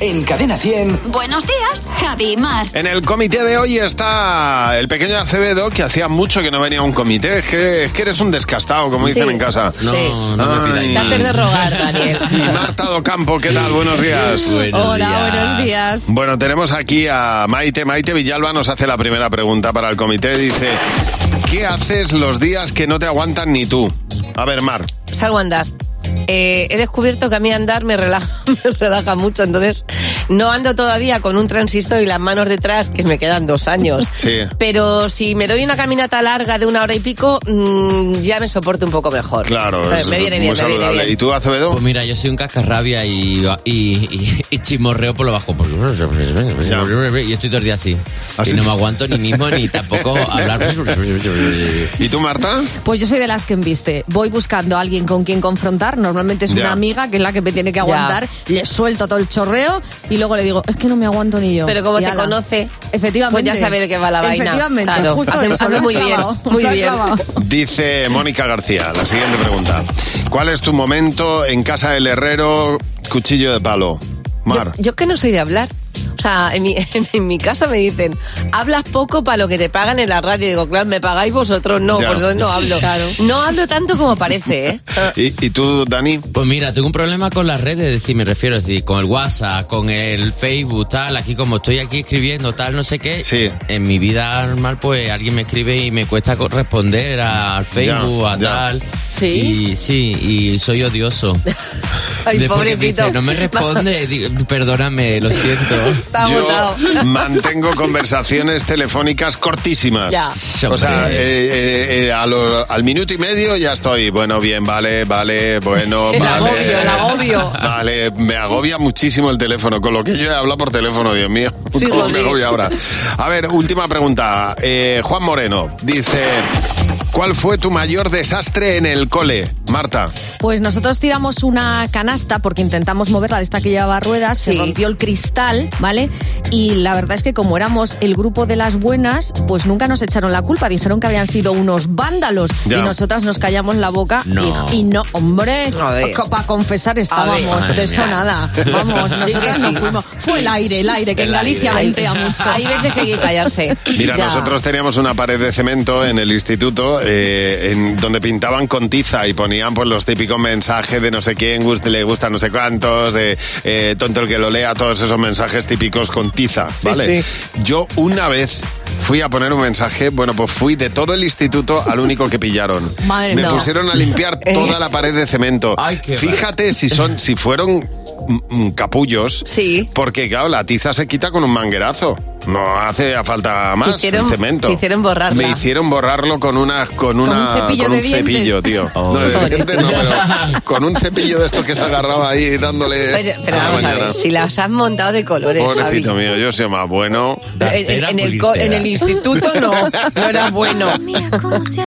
En Cadena 100. Buenos días, Javi y Mar. En el comité de hoy está el pequeño Acevedo, que hacía mucho que no venía a un comité. Es que, es que eres un descastado, como dicen Sí. en casa. No, Sí. no me Ay. pidáis Te haces de rogar, Daniel. Y Marta Docampo, ¿qué tal? Buenos días. Hola, buenos días. Bueno, tenemos aquí a Maite. Maite Villalba nos hace la primera pregunta para el comité. Dice, ¿qué haces los días que no te aguantan ni tú? A ver, Mar. Salgo a andar. Eh, he descubierto que a mí andar me relaja, me relaja mucho, entonces no ando todavía con un transistor y las manos detrás, que me quedan dos años. Sí. Pero si me doy una caminata larga de una hora y pico, mm, ya me soporto un poco mejor. Claro, Me es viene muy bien, me viene saludable. bien. ¿Y tú, Acevedo? Pues mira, yo soy un cascarrabia y, y, y- y chismorreo por lo bajo. Pues, Y estoy todo el día así. Así. Y no me aguanto ni mismo ni tampoco hablar. ¿Y tú, Marta? Pues yo soy de las que embiste. Voy buscando a alguien con quien confrontar. Normalmente es Ya. una amiga que es la que me tiene que Ya. aguantar. Le suelto todo el chorreo y luego le digo, es que no me aguanto ni yo. Pero como Y te ala. conoce, efectivamente. pues ya sabe de qué va la vaina. Efectivamente, Claro, justo hace- eso, hace lo has muy bien, clavado, muy lo has bien. clavado. Dice Mónica García, la siguiente pregunta. ¿Cuál es tu momento en casa del herrero, cuchillo de palo? Mar. Yo, yo que no soy de hablar. O sea, en mi, en mi casa me dicen, hablas poco para lo que te pagan en la radio. Y digo, claro, me pagáis vosotros, no, Ya. pues entonces no hablo. No hablo tanto como parece, ¿eh? ¿Y, y tú, Dani? Pues mira, tengo un problema con las redes, es decir, me refiero, es decir, con el WhatsApp, con el Facebook, tal, aquí como estoy aquí escribiendo, tal, no sé qué. Sí. En mi vida normal, pues alguien me escribe y me cuesta co- responder a- al Facebook, a ya. tal. ¿Sí? Y, sí, y soy odioso. Ay, Después que me pobrecito. dice, no me responde, digo, perdóname, lo siento. Está agotado. Yo mantengo conversaciones telefónicas cortísimas. Ya. O sea, Hombre. eh, eh, eh, a lo- al minuto y medio ya estoy. Bueno, bien, vale, vale, bueno, El vale. agobio, el agobio. Vale, me agobia muchísimo el teléfono, con lo que yo he hablado por teléfono, Dios mío. Sí, ¿Cómo Rodri. me agobia ahora? A ver, última pregunta. Eh, Juan Moreno dice: ¿Cuál fue tu mayor desastre en el cole, Marta? Pues nosotros tiramos una canasta porque intentamos moverla de esta que llevaba ruedas, Sí. se rompió el cristal, ¿vale? Y la verdad es que como éramos el grupo de las buenas, pues nunca nos echaron la culpa, dijeron que habían sido unos vándalos Ya. y nosotras nos callamos la boca y- No. Y, no, hombre, A ver. para confesar A estábamos, ver. de eso nada, vamos, nosotras no fuimos, fue el aire, el aire, que El en Galicia aire. ventea mucho. Hay veces que hay que callarse. Mira, Ya. nosotros teníamos una pared de cemento en el instituto eh, en- donde pintaban con tiza y ponían pues, los típicos mensajes de no sé quién gust- le gusta no sé cuántos, de eh, tonto el que lo lea, todos esos mensajes típicos con tiza, ¿vale? Yo una vez fui a poner un mensaje, bueno, pues fui de todo el instituto al único que pillaron. Madre Me mía. Eh. pusieron a limpiar toda la pared de cemento. Ay, qué Fíjate si son si fueron mm, mm, capullos, Sí. porque claro, la tiza se quita con un manguerazo. No hace falta más más, Hicieron- el cemento. te hicieron borrarla. Me hicieron borrarlo con una con una un cepillo con de un cepillo, tío. Oh. No, de Pobre. dientes no, pero con un cepillo de estos que se agarraba ahí dándole Pero, pero a la vamos a mañana. ver, si las has montado de colores, Ah, Pobrecito Javi. mío, yo soy más bueno. En, en- en el, co- en el instituto no, no era bueno. Mía, ¿cómo se